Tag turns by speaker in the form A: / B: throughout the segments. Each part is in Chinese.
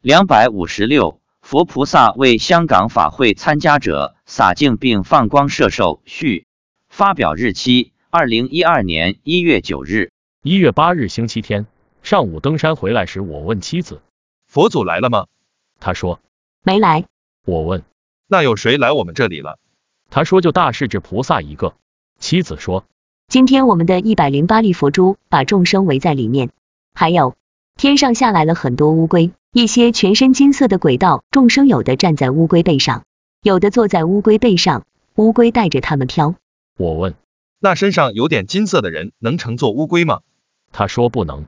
A: 两百五十六，佛菩萨为香港法会参加者洒净并放光摄受序，发表日期：二零一二年一月九日。
B: 一月八日星期天上午登山回来时，我问妻子，
C: 佛祖来了吗？
B: 她说，
D: 没来。
B: 我问，
C: 那有谁来我们这里了？
B: 她说就大势至菩萨一个。妻子说，
D: 今天我们的一百零八粒佛珠把众生围在里面，还有天上下来了很多乌龟，一些全身金色的轨道，众生有的站在乌龟背上，有的坐在乌龟背上，乌龟带着它们飘。
B: 我问，
C: 那身上有点金色的人能乘坐乌龟吗？
B: 她说不能。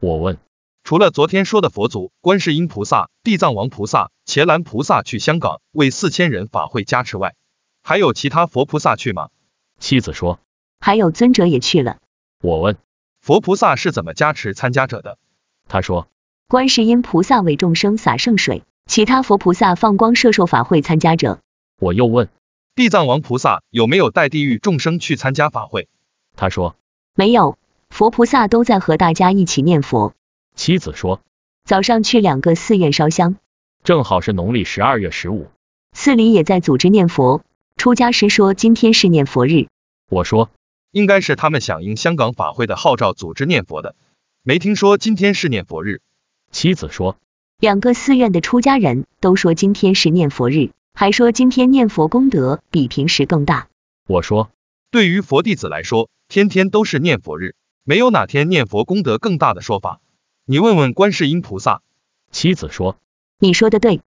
B: 我问，
C: 除了昨天说的佛祖、观世音菩萨、地藏王菩萨、伽蓝菩萨去香港为四千人法会加持外，还有其他佛菩萨去吗？
B: 妻子说，
D: 还有尊者也去了。
B: 我问，
C: 佛菩萨是怎么加持参加者的？
B: 她说，
D: 观世音菩萨为众生洒圣水，其他佛菩萨放光摄受法会参加者。
B: 我又问，
C: 地藏王菩萨有没有带地狱众生去参加法会？
B: 她说，
D: 没有，佛菩萨都在和大家一起念佛。
B: 妻子说，
D: 早上去两个寺院烧香，
B: 正好是农历十二月十五。
D: 寺里也在组织念佛。出家师说今天是念佛日。
B: 我说，
C: 应该是他们响应香港法会的号召组织念佛的，没听说今天是念佛日。
B: 妻子说，
D: 两个寺院的出家人都说今天是念佛日，还说今天念佛功德比平时更大。
B: 我说，
C: 对于佛弟子来说，天天都是念佛日，没有哪天念佛功德更大的说法。你问问观世音菩萨。
B: 妻子说，
D: 你说的对，